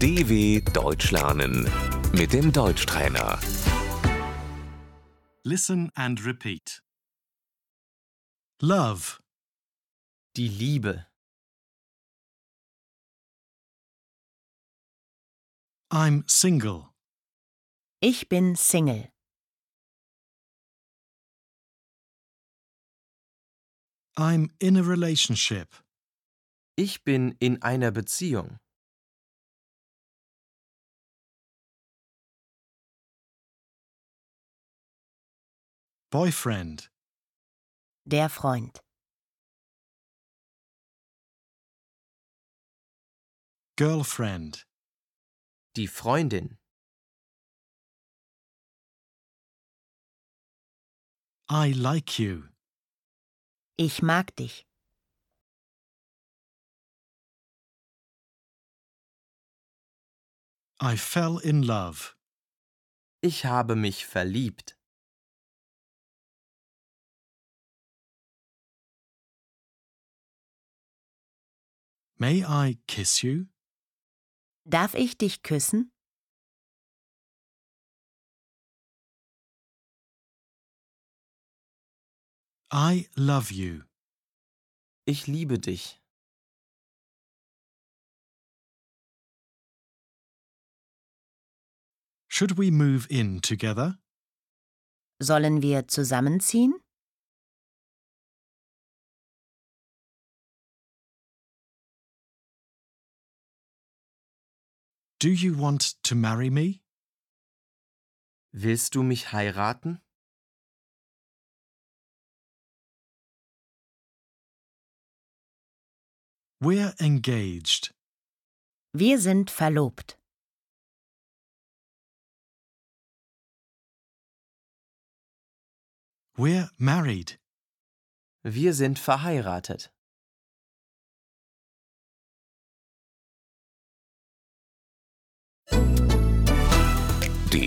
DW Deutsch lernen mit dem Deutschtrainer. Listen and repeat. Love, Die Liebe. I'm single. Ich bin Single. I'm in a relationship. Ich bin in einer Beziehung. Boyfriend, Der Freund. girlfriend, Die Freundin. I like you. Ich mag dich. I fell in love. Ich habe mich verliebt. May I kiss you? Darf ich dich küssen? I love you. Ich liebe dich. Should we move in together? Sollen wir zusammenziehen? Do you want to marry me? Willst du mich heiraten? We're engaged. Wir sind verlobt. We're married. Wir sind verheiratet.